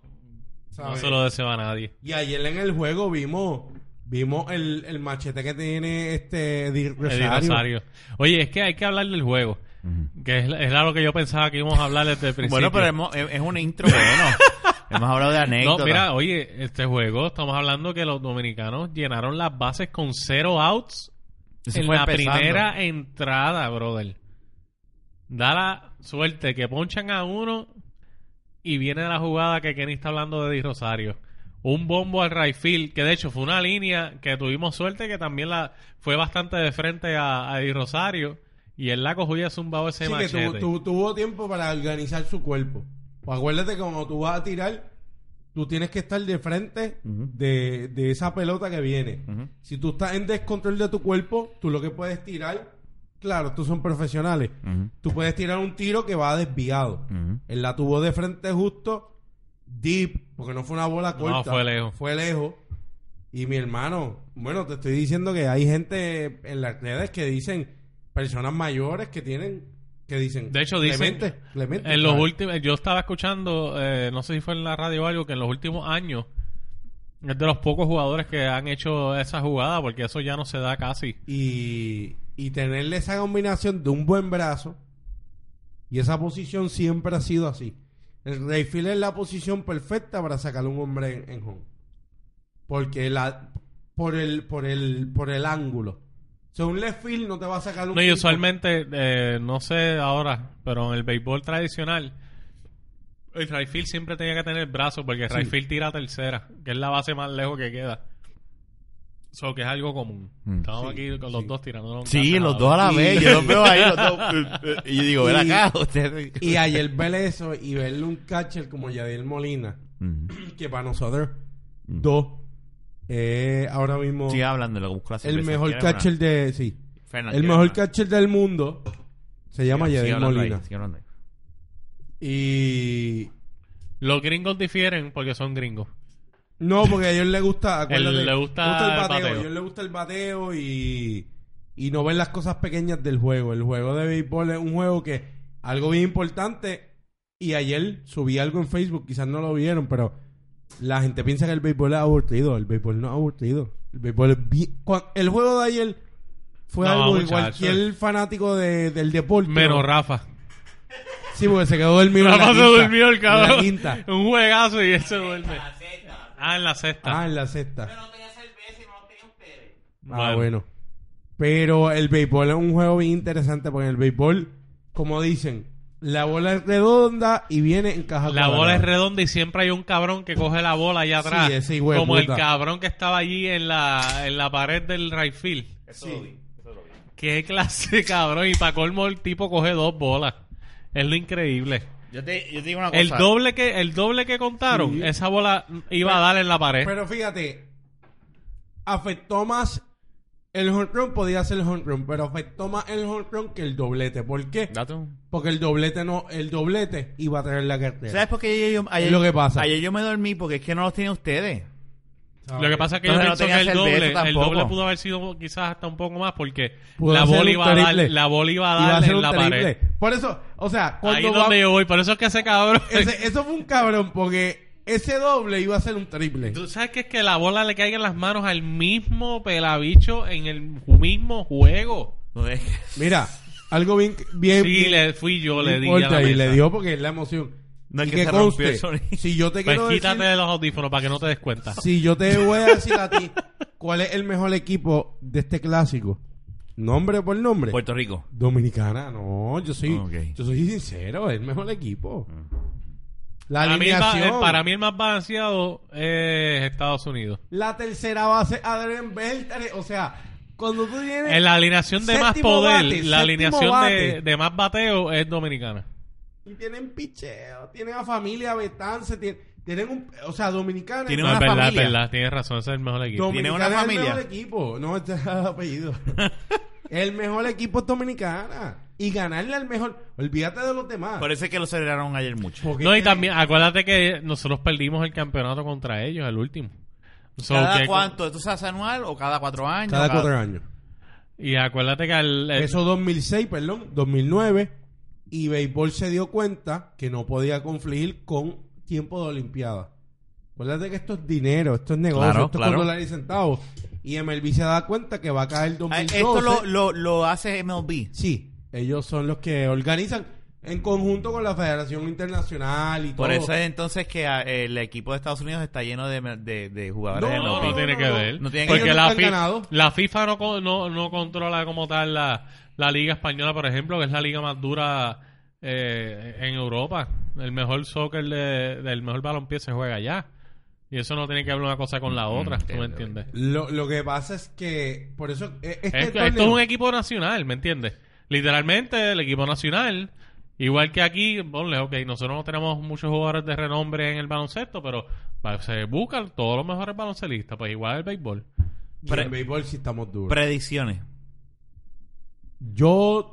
¿sabes? se lo deseaba a nadie. Y ayer en el juego vimos, vimos el, el machete que tiene este Eddie Eddie Rosario. Rosario. Oye, es que hay que hablar del juego. Que es, es algo que yo pensaba que íbamos a [LAUGHS] hablar desde el principio. mm. Bueno, pero hemos- es, es un [LAUGHS] intro bueno. hemos hablado de No, anécdotas. mira, oye, este juego, estamos hablando que los dominicanos llenaron las bases con cero outs Eso en fue la empezando. primera entrada, brother. Da la suerte que ponchan a uno y viene la jugada que Kenny está hablando de Di Rosario. un bombo al right field, que de hecho fue una línea que tuvimos suerte, que también la fue bastante de frente a, a Eddie Rosario, y él la cogió y ha zumbado ese Sí, que machete. tu- tu- tuvo tiempo para organizar su cuerpo. Pues acuérdate que cuando tú vas a tirar, tú tienes que estar de frente Ujú. de, de esa pelota que viene. Ujú. Si tú estás en descontrol de tu cuerpo, tú lo que puedes tirar, claro, tú son profesionales, Ujú. tú puedes tirar un tiro que va desviado. Ujú. Él la tuvo de frente justo, deep, porque no fue una bola corta. fue lejos. Fue lejos. Y mi hermano, bueno, te estoy diciendo que hay gente en las redes que dicen, personas mayores que tienen, que dicen, De hecho, dicen- Clemente, Clemente, En los ¿sabes? últimos, yo estaba escuchando, eh, no sé si fue en la radio o algo, que en los últimos años es de los pocos jugadores que han hecho esa jugada, porque eso ya no se da casi. Y, y tenerle esa combinación de un buen brazo, y esa posición siempre ha sido así. El Rayfield es la posición perfecta para sacar un hombre en, en home. Porque la, por el, por el, por el ángulo. O sea, un left field no te va a sacar un No, y tipo- usualmente, eh, no sé ahora, pero en el béisbol tradicional, el right field siempre tenía que tener brazos, porque el Sí. right field tira a tercera, que es la base más lejos que queda. Eso que es algo común. Mm. Estamos Sí, aquí con los sí. dos tirando. Sí, los dos a la Y- vez. Yo los veo ahí, los [LAUGHS] dos. Y yo digo, ven Y- acá, usted. Y ayer verle eso y verle un catcher como Yadiel Molina, Ujú. que para nosotros dos, eh, ahora mismo Sigue hablando, lo busco la el cerveza. mejor ¿Quieres una? catcher de, sí, Fernan, el ¿quieres mejor una? catcher del mundo se llama Sigue Yadiel hablando ahí, Molina. sigue hablando ahí. Y Los gringos difieren porque son gringos. No, porque a ellos les gusta, acuérdate, le gusta el el bateo, bateo. A ellos les gusta el bateo y, y no ven las cosas pequeñas del juego. El juego de béisbol es un juego que algo bien importante. Y ayer subí algo en Facebook, quizás no lo vieron, pero la gente piensa que el béisbol es aburrido. El béisbol no es aburrido. El béisbol es bien- cuan- El juego de ayer fue No, algo que muchacho. cualquier fanático de- del deporte. Menos Rafa. Sí, porque se quedó dormido. en la Rafa se quinta. durmió el cabrón. En la quinta. [LAUGHS] Un juegazo y él se duerme. Ah, en la sexta. Ah, en la sexta. Ah, Bueno. bueno. Pero el béisbol es un juego bien interesante porque en el béisbol, como dicen, la bola es redonda y viene en caja la bola es cuadrada. redonda y siempre hay un cabrón que coge la bola allá Sí, atrás. ese hijo de como el puta. cabrón que estaba allí en la, en la pared del right field. Sí. Qué clase, [LAUGHS] de cabrón. Y para colmo el tipo coge dos bolas. Es lo increíble. Yo te, yo te digo una cosa. El doble que, el doble que contaron, Sí. esa bola iba a dar en la pared. Pero fíjate, afectó más el home run, podía ser el home run, pero afectó más el home run que el doblete. ¿Por qué? Dato. Porque el doblete no, el doblete iba a traer la cartera. ¿Sabes por qué ayer yo, ayer, Es lo que pasa. ayer yo me dormí? Porque es que no los tienen ustedes. ¿Sabes? Lo que pasa es que yo Entonces no pienso que el tenía cerveza doble, el tampoco. doble pudo haber sido quizás hasta un poco más porque Pudo la hacer bola, un iba a dar, triple. la bola iba a Iba a dar ser en un la pared. triple. Por eso, o sea, cuando Ahí es va- donde yo voy, por eso es que ese cabrón. ese- eso fue un cabrón porque ese doble iba a ser un triple. Tú sabes que es que la bola le caiga en las manos al mismo pelabicho en el mismo juego. Mira, algo bien bien, Sí, bien- le fui yo, le no di. importa, a la y mesa. le dio porque es la emoción. No, Y es que que se rompió conste, el sonido. Si yo te Pues quiero quítate decir, de los audífonos para que no te des cuenta. si yo te voy a decir a ti cuál es el mejor equipo de este clásico, nombre por nombre. Puerto Rico. Dominicana, no, yo soy, Ok. yo soy sincero, es el mejor equipo. La Mm. Para mí, el ba- alineación, para mí el más balanceado es Estados Unidos. la tercera base, Adrián Beltre, o sea, cuando tú tienes En la alineación de más Séptimo poder, bate, séptimo la alineación bate. de, de más bateo es dominicana. y tienen picheo, tienen a familia Betance, tienen, tienen un, o sea, Dominicana Tiene No, una es verdad, familia. es verdad, tienes razón, ese es el mejor equipo. Dom- Tiene una Dominicana es el familia. mejor equipo. No, este es [LAUGHS] el apellido. el mejor equipo es Dominicana. Y ganarle al mejor. Olvídate de los demás. Parece que lo celebraron ayer mucho. Porque No, y es que- también, acuérdate que nosotros perdimos el campeonato contra ellos, el último. So, ¿Cada que- cuánto? ¿Esto se hace anual o cada cuatro años? Cada cuatro años. Y acuérdate que al, el- Eso 2006, perdón, 2009. Y béisbol se dio cuenta que no podía confligir con tiempo de Olimpiada. Acuérdate que esto es dinero, esto es negocio, Claro, esto es claro. con dólares y centavos. Y MLB se da cuenta que va a caer el Ah, 2012. Esto lo, lo, lo hace MLB. Sí, ellos son los que organizan en conjunto con la Federación Internacional y Por todo. eso es entonces que ah, el equipo de Estados Unidos está lleno de, de, de jugadores de No, no, MLB. no tiene no, que no. ver. No tiene que Porque ver. la, Ellos nunca han fi- ganado. la FIFA no, con- no, no controla como tal la, la Liga Española, por ejemplo, que es la liga más dura eh, en Europa. El mejor soccer, de, del mejor balompié se juega allá. Y eso no tiene que ver una cosa con la otra, ¿tú me entiendes? Lo, lo que pasa es que. Por eso. eh, Este Es que torneo- esto es un equipo nacional, ¿me entiendes? Literalmente, el equipo nacional, igual que aquí, ponle, ok, nosotros no tenemos muchos jugadores de renombre en el baloncesto, pero va- se buscan todos los mejores baloncelistas, pues igual el béisbol. Y pre- en béisbol sí estamos duros. Predicciones. Yo.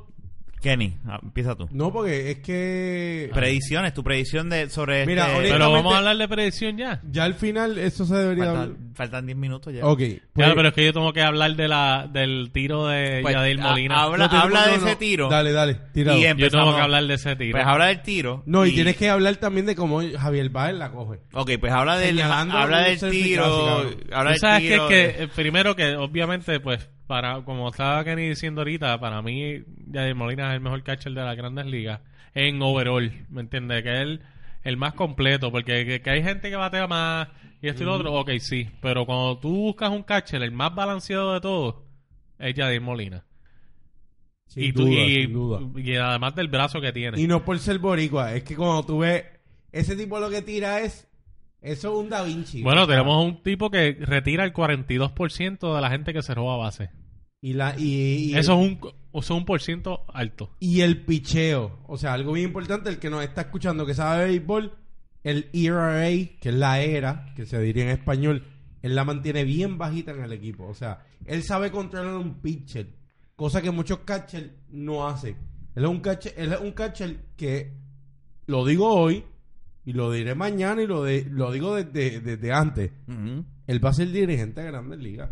Kenny, ah, empieza tú. No, porque es que. Predicciones, tu predicción de sobre Mira, este- ahorita- Pero Directamente- vamos a hablar de predicción ya. Ya al final, eso se debería. hablar. faltan, faltan 10 minutos ya. Ok. pues- Claro, pero es que yo tengo que hablar de la, del tiro de Pues, Yadier ha- Molina. habla- No, te- habla no, de no, ese tiro. Dale, dale, tíralo. Y em- yo tengo empezamos. que hablar de ese tiro. Pues habla del tiro. No, y, tienes que hablar también de cómo Javier Baez la coge. Ok, pues habla del, Señalando habla un del selfie tiro. casi, cabrón. Habla Tú del sabes que, tiro. que, eh, primero que obviamente pues para como estaba Kenny diciendo ahorita para mí Yadier Molina es el mejor catcher de las Grandes Ligas en overall ¿me entiendes? que es el, el más completo porque que, que hay gente que batea más y esto y lo otro ok sí pero cuando tú buscas un catcher el más balanceado de todos es Yadier Molina Sin y, tú, duda, y, sin duda. y además del brazo que tiene Y no por ser boricua, es que cuando tú ves ese tipo lo que tira es eso es un Da Vinci. bueno ah. tenemos un tipo que retira el 42% de la gente que se roba base y la y, y- eso es un eso es un por ciento alto y el picheo, o sea, algo bien importante el que nos está escuchando que sabe de béisbol, el ERA, que es la era, que se diría en español, él la mantiene bien bajita en el equipo, o sea, él sabe controlar un pitcher, cosa que muchos catchers no hacen. Él es un catcher, él es un catcher que lo digo hoy y lo diré mañana y lo de- lo digo desde, desde antes. Ujú. Él va a ser dirigente de Grandes Ligas.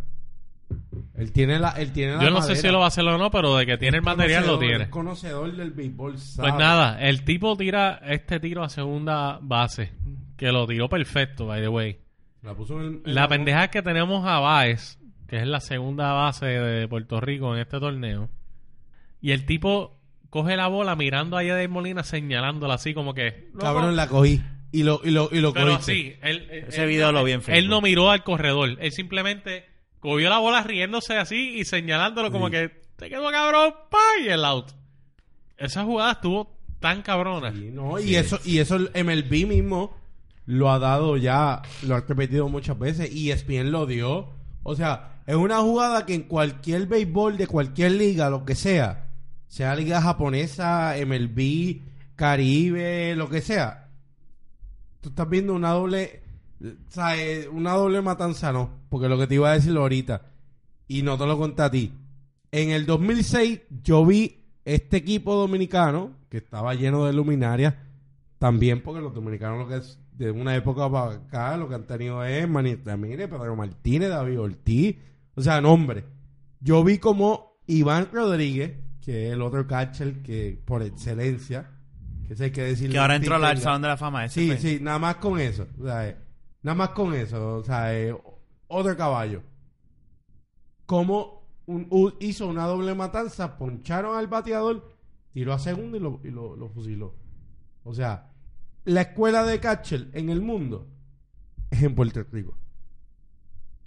Él tiene la él tiene la Yo no sé si lo va a hacer o no, pero de que tiene el material lo tiene. Es conocedor del béisbol, sabe. Pues nada, el tipo tira este tiro a segunda base, que lo tiró perfecto, by the way. La puso en el- en La la- pendeja es que tenemos a Baez, que es la segunda base de Puerto Rico en este torneo, y el tipo coge la bola mirando a Yadier Molina señalándola así como que... "Loco". Cabrón, la cogí. Y lo, y lo, y lo pero cogiste. así, él, él- Ese él- video lo vi en Facebook. él no miró al corredor, él simplemente cogió la bola riéndose así y señalándolo como Sí. que te quedó cabrón, pa, y el out. Esa jugada estuvo tan cabrona. Y, no, y eso, y eso el MLB mismo lo ha dado ya, lo ha repetido muchas veces. Y E ESPN lo dio. O sea, es una jugada que en cualquier béisbol de cualquier liga, lo que sea, sea liga japonesa, MLB, Caribe, lo que sea, tú estás viendo una doble, eh, o sea, eh, una doble matanza, no, porque lo que te iba a decir ahorita, y no te lo conté a ti. En el 2006 yo vi este equipo dominicano, que estaba lleno de luminarias, también porque los dominicanos lo que es de una época para acá, lo que han tenido es Manny Ramírez, Pedro Martínez, David Ortiz, o sea, nombre. Yo vi como Iván Rodríguez, que es el otro catcher que por excelencia, que sé que decir Que ahora entró al Salón de la Fama. ese Sí, fue. sí, nada más con eso. o sea, eh, nada más con eso. O sea, eh, otro caballo. Como un- u- hizo una doble matanza, poncharon al bateador, tiró a segundo y lo, y lo- lo fusiló. O sea, la escuela de catcher en el mundo es en Puerto Rico.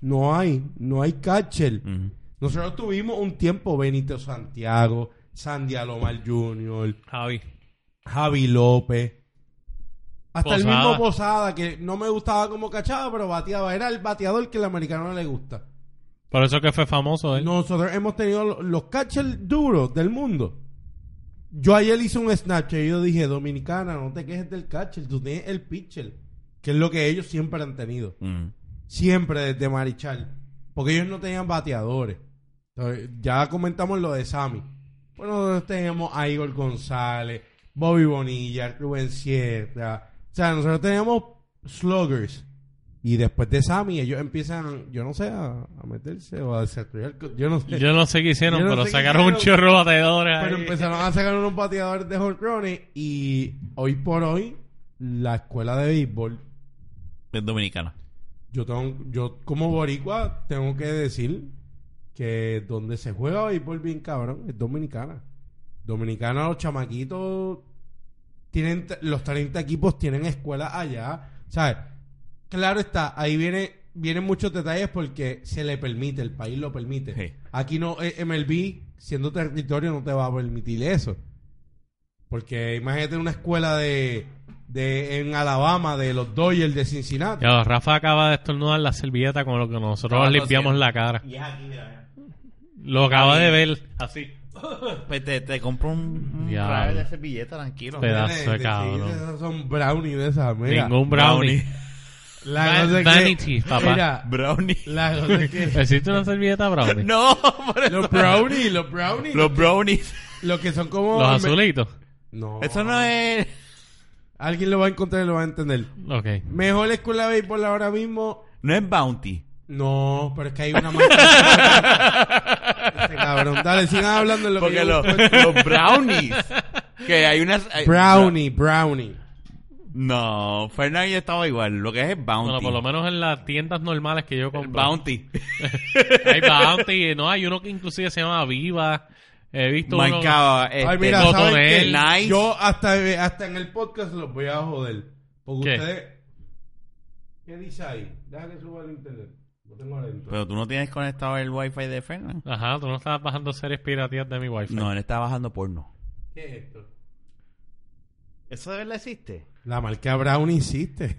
No hay, no hay catcher. Ujú. Nosotros tuvimos un tiempo Benito Santiago, Sandy Alomar Jr., Javi. Javi López. Hasta el Posada. mismo Posada, que no me gustaba como cachaba, pero bateaba. Era el bateador que el americano no le gusta. Por eso que fue famoso ¿eh? él. Nosotros hemos tenido lo- los catchers duros del mundo. Yo ayer hice un Snapchat y yo dije, Dominicana, no te quejes del catcher, tú tienes el pitcher, que es lo que ellos siempre han tenido. Ujú. Siempre desde Marichal. Porque ellos no tenían bateadores. Entonces, ya comentamos lo de Sammy. Bueno, nosotros teníamos a Igor González, Bobby Bonilla, Rubén Sierra. O sea, nosotros teníamos sluggers. Y después de Sammy, ellos empiezan, yo no sé, a, a meterse o a desarrollar. co- Yo no sé. Yo no sé qué hicieron, Yo no pero sé qué sacaron un hicieron, chorro de bateadores. Pero ahí. empezaron a sacar unos bateadores de jonrones y hoy por hoy la escuela de béisbol Es dominicana. yo tengo yo como boricua tengo que decir que donde se juega béisbol bien cabrón es dominicana dominicana los chamaquitos tienen t- los 30 equipos tienen escuelas allá sabes claro está ahí viene vienen muchos detalles porque se le permite el país lo permite Sí. aquí no eh, MLB siendo territorio no te va a permitir eso porque imagínate una escuela de de, en Alabama de los Dodgers de Cincinnati. Ya, Rafa acaba de estornudar la servilleta con lo que nosotros Estaba nos limpiamos la cara. Y es aquí, mira, Lo acaba de ver. Así. mira. Pues te, te compro un, un Diablo. traje de servilleta, tranquilo. Pero- Nene, pedazo de sí, cabrón. Esos son brownies de esas, mira. Ningún brownie. La Va- cosa es que- vanity, papá. Mira, Brownie. la cosa es [LAUGHS] que ¿Existe una servilleta brownie? [LAUGHS] No, por eso- los brownies, los brownies, los, Los brownies. que son como Los azulitos. No. Eso no es. Alguien lo va a encontrar y lo va a entender. Ok. Mejor escuela de béisbol ahora mismo. No es Bounty. No, pero es que hay una más. [LAUGHS] Este cabrón, dale, sigan hablando de lo Porque que yo los, busco. los [LAUGHS] brownies. Que hay unas. hay- brownie, brownie. No, Fernández estaba igual. Lo que es es Bounty. Bueno, por lo menos en las tiendas normales que yo El compro. Bounty. Hay Bounty. No, hay uno que inclusive se llama Viva. He visto uno... Mancaba. Ay, este, mira, Coto ¿saben qué? Del, Nice. Yo hasta, eh, hasta en el podcast los voy a joder. Porque ¿Qué? ustedes... ¿Qué dice ahí? Deja que suba el internet. Lo tengo adentro. Pero tú no tienes conectado el wifi de Fernández. Ajá, tú no estabas bajando series piratías de mi wifi. No, él está bajando porno. ¿Qué es esto? ¿Eso de verdad existe? La marca [LAUGHS] Brownie existe.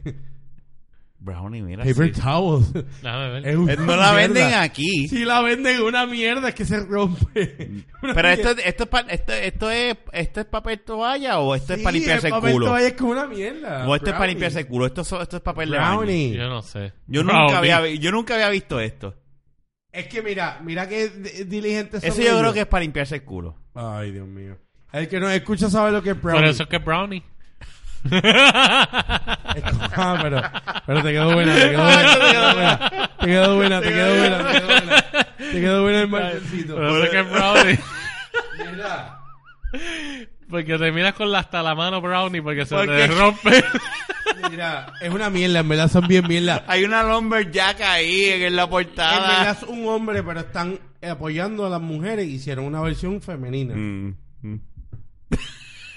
Brownie, mira. Paper Ah, sí. [LAUGHS] towels. Déjame ver. Es una Eh, No la mierda. venden aquí. Si la venden una mierda es que se rompe. [LAUGHS] Una Pero esto, mierda. esto, es pa- esto, esto es esto es papel toalla o esto es Sí, para limpiarse el papel culo. toalla es como una mierda. O esto es para Brownie. limpiarse el culo. Esto, so- esto es papel de baño. Brownie. Yo no sé. Yo Brownie. nunca, había, vi- yo nunca había visto esto. Es que mira, mira que d- diligentes son Eso yo ellos. creo que es para limpiarse el culo. Ay, Dios mío. El que nos escucha sabe lo que es brownie. Por eso es que [LAUGHS] es Brownie. Ah, pero, pero te quedó buena, te quedó buena. Te quedó buena, te quedó buena, te quedó buena. Te quedó buena el marchoncito. Por eso es que es Brownie. Mira. Porque te miras con la, hasta la mano Brownie porque se Porque- [LAUGHS] te rompe. Mira, es una mierda, en verdad son bien mierda. Hay una lumberjack ahí en la Ah. En verdad portada. es un hombre, pero están apoyando a las mujeres y hicieron una versión femenina. Mm, mm.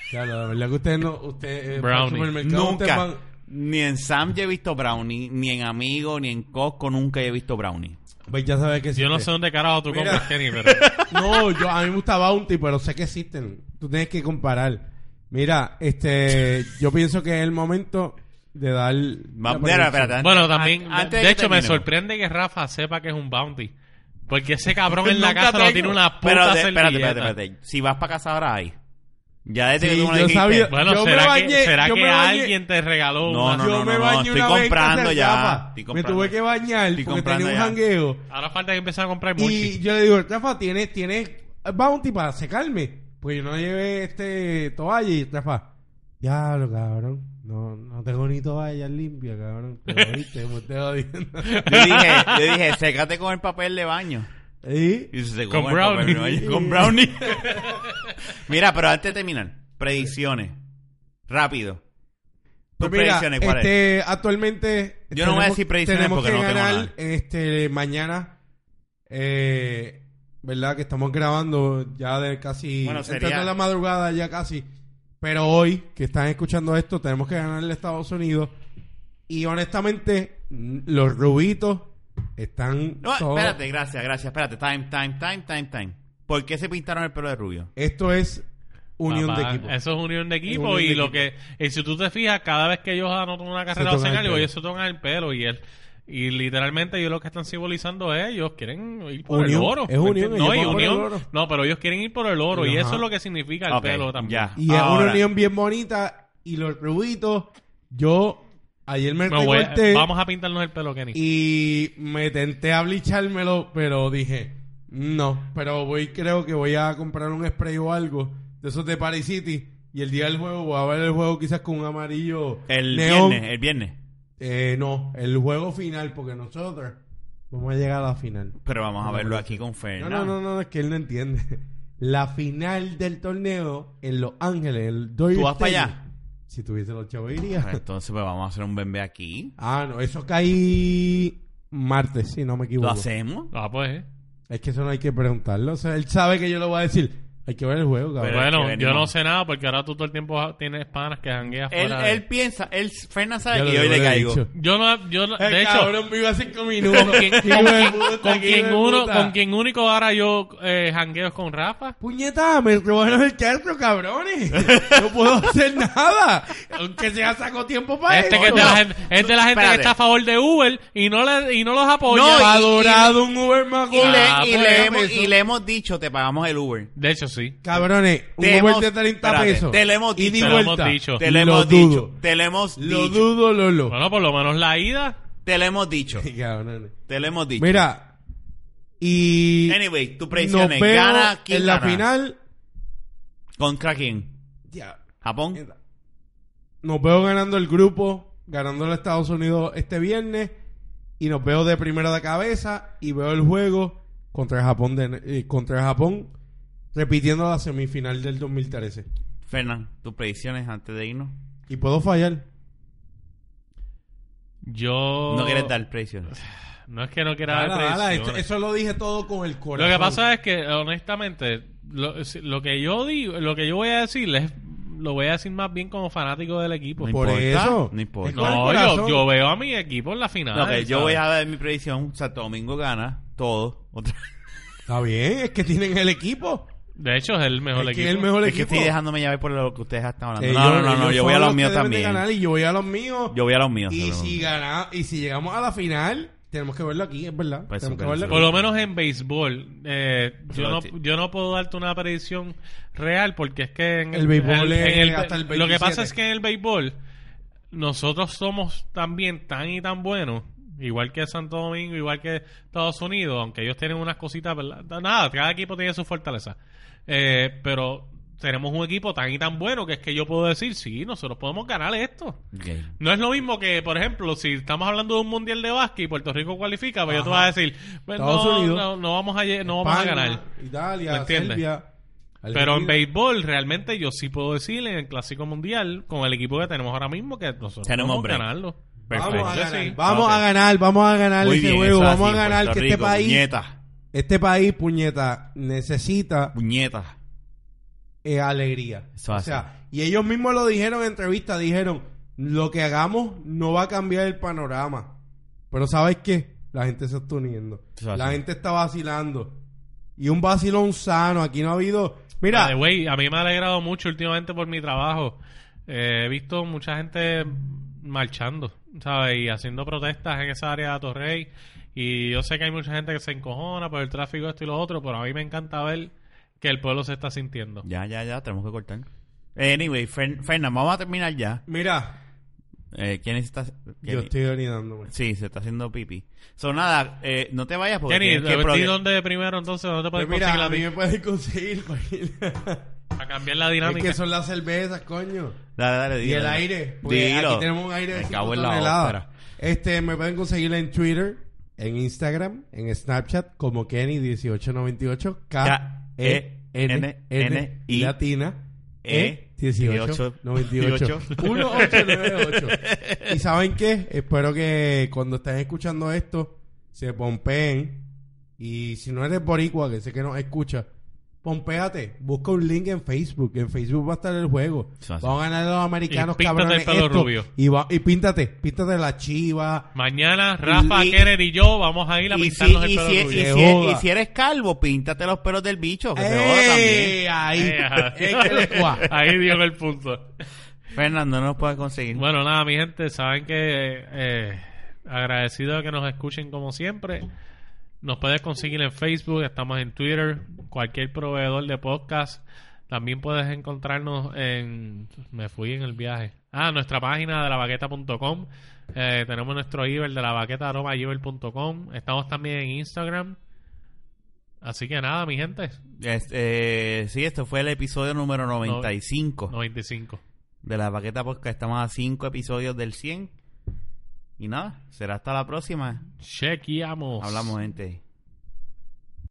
Claro, la verdad que ustedes no, ustedes eh, Brownie. al supermercado, ustedes Nunca. van- Ni en Sam yo he visto brownie, ni en Amigo, ni en Costco nunca he visto brownie. pues ya sabes que Yo no existe. sé dónde carajo tú Mira. compras Kenny, pero... No, yo, a mí me gusta Bounty, pero sé que existen. Tú tienes que comparar. Mira, este, yo pienso que es el momento de dar. Va- mira, la espérate, predicción. Bueno, también... An- antes de, de que hecho, me terminemos. sorprende que Rafa sepa que es un Bounty. Porque ese cabrón en la Nunca casa no tengo. tiene una puta Pero de- servilleta. espérate, espérate, espérate. Si vas para casa ahora hay. Ya desde Sí, que tú me lo yo dijiste. sabía- Bueno, Yo me ¿será que, bañé, será yo que me bañé. alguien te regaló No, una? no, no. yo me bañé estoy una vez en comprando Casa de ya, Rafa. estoy Me comprando. tuve que bañar Estoy porque comprando tenía un ya. jangueo. Ahora falta que empezar a comprar Y mochi. yo le digo, Rafa, ¿tienes, tienes Bounty para secarme? Pues yo no llevé este toalla y Rafa, ya lo cabrón. No, no tengo ni toalla limpia, cabrón. [LAUGHS] Te jodiste, me estoy jodiendo. [LAUGHS] Yo dije, yo dije, sécate con el papel de baño. Y- Y se secó Con el papel de brownie. baño, con brownie. [LAUGHS] Mira, pero antes de terminar, predicciones. Rápido. Tus Pues mira, predicciones, ¿cuál es? este, actualmente Yo no voy a decir predicciones tenemos porque que no tengo ganar, nada. Este, mañana, eh, verdad que estamos grabando ya de casi Bueno, sería- entrando en la madrugada ya casi, pero hoy que están escuchando esto tenemos que ganarle a Estados Unidos y honestamente n- los rubitos están No, todos- espérate, gracias, gracias. Espérate, time, time, time, time, time. ¿Por qué se pintaron el pelo de rubio? Esto es unión Papá, de equipo. Eso es unión de equipo unión y de lo que y si tú te fijas cada vez que ellos anotan una carrera Se o tocan el señal, pelo. ellos se tocan el pelo y él y literalmente ellos lo que están simbolizando es ellos quieren ir por Unión, el oro. es unión, ellos no, y van por el unión- oro. no, pero ellos quieren ir por el oro y Ajá. eso es lo que significa el Ok, pelo también. ya. Y es Ahora. una unión bien bonita y los rubitos yo ayer me, Me voy a- recorté. vamos a pintarnos el pelo, Kenny. Y me tenté a blichármelo, pero dije, no, pero voy, creo que voy a comprar un spray o algo de esos de Paris City. Y el día del juego, voy a ver el juego quizás con un amarillo. El neón. viernes, el viernes. Eh, no, el juego final, porque nosotros vamos a llegar a la final. Pero vamos a No, verlo no, aquí con No, Fernando. no, no, no, es que él no entiende. [LAUGHS] La final del torneo en Los Ángeles, el Dodger ¿Tú vas para Stadium. allá? Si tuviese los chavos iría. Pues Entonces, pues vamos a hacer un bebé aquí. Ah, no, eso caí martes, si no me ¿Lo equivoco. hacemos? Ah, pues. eh. Es que eso no hay que preguntarlo. O sea, él sabe que yo lo voy a decir. Hay que ver el juego, cabrón. Pero es bueno, que yo venimos. no sé nada porque ahora tú todo el tiempo ja- tienes panas que jangueas Él, fuera. de- él piensa, él, Fernan Ya sabe lo- que yo hoy lo le he caigo. dicho. Yo no, yo no- El de hecho, cabrón vive a cinco minutos. con quien, Hijo con de quien- puta, con hijo quien de uno, puta. con quien único ahora yo eh, jangueo es con Rafa. Puñeta, me robaron el teatro, cabrones. No puedo hacer nada. Aunque sea saco tiempo para Este eso. que es de la gente, es de la gente que Espérate. está a favor de Uber y no, le, y no los apoya. No, Ha y- adorado un Uber más Y, le, Ah, y pues, le hemos, eso. y le hemos dicho, te pagamos el Uber. De hecho, sí. Cabrones, un Te Uber hemos- de 30 espérate, pesos. te lo hemos Ida y dicho. Te lo vuelta. hemos dicho. Te lo Lo hemos dudo. dicho. Te lo hemos Lo dicho. dudo, Lolo. Bueno, por lo menos la ida. Te lo hemos dicho. Cabrones. Te lo hemos dicho. Mira, y Anyway, tu nos predicciones. vemos Gana quién en la gana? final. ¿Contra quién? Ya, ¿Japón? Nos veo ganando el grupo, ganando los Estados Unidos este viernes. Y nos veo de primera de cabeza. Y veo el juego contra Japón, de- eh, contra Japón repitiendo la semifinal del 2013. Fernan, tus predicciones antes de irnos. Y puedo fallar. Oh. Yo. No quieres dar predicciones. No es que no quiera Dala, dar dala, predicciones. esto- eso lo dije todo con el Lo corazón. que pasa es que, honestamente, lo, si- lo que yo digo, lo que yo voy a decirles, lo voy a decir más bien como fanático del equipo. No Por importa, eso. no importa. Es con el No, yo, corazón. yo veo a mi equipo en la final. No, que yo ¿sabes? voy a dar mi predicción. Santo Domingo gana todo. [LAUGHS] Otra- Está bien, es que tienen el equipo. De hecho, es el mejor es equipo. que es el mejor Es que equipo. estoy dejándome llevar por lo que ustedes están hablando. Eh, no, no, no, no, ellos yo voy a son los míos que deben de también. ganar y yo voy a los míos. Yo voy a los míos. y, seguro. si gana, y si llegamos a la final, tenemos que verlo aquí, es verdad. Pues tenemos que súper, verlo súper. aquí. Por lo menos en béisbol. eh, yo, Pero no, ti- yo no puedo darte una predicción real porque es que en El béisbol en es hasta el Lo 27. que pasa es que en el béisbol nosotros somos también tan y tan buenos, igual que Santo Domingo, igual que Estados Unidos, aunque ellos tienen unas cositas, ¿verdad? Nada, cada equipo tiene su fortaleza. Eh, pero tenemos un equipo tan y tan bueno que es que yo puedo decir, sí, nosotros podemos ganar esto. Ok. No es lo mismo que, por ejemplo, si estamos hablando de un mundial de básquet y Puerto Rico cualifica, pues yo te Ajá. voy a decir, pues, Estados no, Unidos. no, no vamos a, lle- no Pues, vamos a España, ganar. Italia, ¿Me entiendes? Serbia. Pero en Argentina. béisbol, realmente yo sí puedo decir en el Clásico Mundial, con el equipo que tenemos ahora mismo, que nosotros Tenemos podemos break. ganarlo. Perfecto. Vamos a ganar, Sí. vamos Ok. a ganar, vamos a ganar Muy ese bien, juego, eso es vamos así, a ganar Puerto que este Rico, país, Puñeta, este país, puñeta, necesita puñeta. eh, alegría. Eso o es sea, y ellos mismos lo dijeron en entrevista, dijeron, lo que hagamos no va a cambiar el panorama. Pero ¿sabes qué? La gente se está uniendo. Eso es La así. gente está vacilando. Y un vacilón sano, aquí no ha habido... Mira, By the way, a mí me ha alegrado mucho últimamente por mi trabajo. Eh, he visto mucha gente marchando, ¿sabes? Y haciendo protestas en esa área de Torrey. Y yo sé que hay mucha gente que se encojona por el tráfico, esto y lo otro, pero a mí me encanta ver que el pueblo se está sintiendo. Ya, ya, ya, tenemos que cortar. Anyway, Fer- Fernan, vamos a terminar ya. mira, Eh, ¿Quién está? yo Kenny. estoy orinando. pues. Sí, se está haciendo pipi. So, nada, eh, no te vayas porque... Kenny, tienes que ¿de progue- ti dónde primero entonces? ¿Dónde puedes Pues mira, conseguir a la mí ti- me pueden [LAUGHS] conseguir cualquier- A cambiar la Es dinámica. que son las cervezas, coño. Dale, dale, dilo, Y el dilo. aire. Porque Dilo. aquí tenemos un aire de Me 5 cago en la toneladas. ópera. Este, me pueden conseguir en Twitter, en Instagram, en Snapchat, como Kenny1898, K, E, N, N, I, Latina, Eh, ¿Eh? E, 1898. [LAUGHS] 1898. Y saben qué? Espero que cuando estén escuchando esto, se pompeen. Y si no eres boricua, que sé que nos escucha, pompéate. Busca un link en Facebook. En Facebook va a estar el juego. Eso Van así. a ganar los americanos, Y píntate cabrones. el pelo esto. rubio. Y, va- y píntate. Píntate la chiva. Mañana Rafa, Y- Kennedy y yo vamos a ir a Y si, pintarnos y el pelo si- rubio. y Que si- joda. y si eres calvo, píntate los pelos del bicho, que se ¡Eh! joda también. ¡Ey! Ahí. Eh, ajá. [LAUGHS] Es que lo cua. [LAUGHS] Ahí dio el punto. Fernando, no nos puede conseguir. Bueno, nada, mi gente, saben que eh, agradecido de que nos escuchen como siempre. Nos puedes conseguir en Facebook, estamos en Twitter, cualquier proveedor de podcast. También puedes encontrarnos en... Me fui en el viaje. Ah, nuestra página de lavaqueta.com. Eh, tenemos nuestro email de lavaqueta arroba gmail punto com. Estamos también en Instagram. Así que nada, mi gente. Este, eh, sí, esto fue el episodio número 95 95. de la Paqueta Podcast. Estamos a 5 episodios del 100. Y nada, será hasta la próxima. Chequeamos. Hablamos, eh. gente.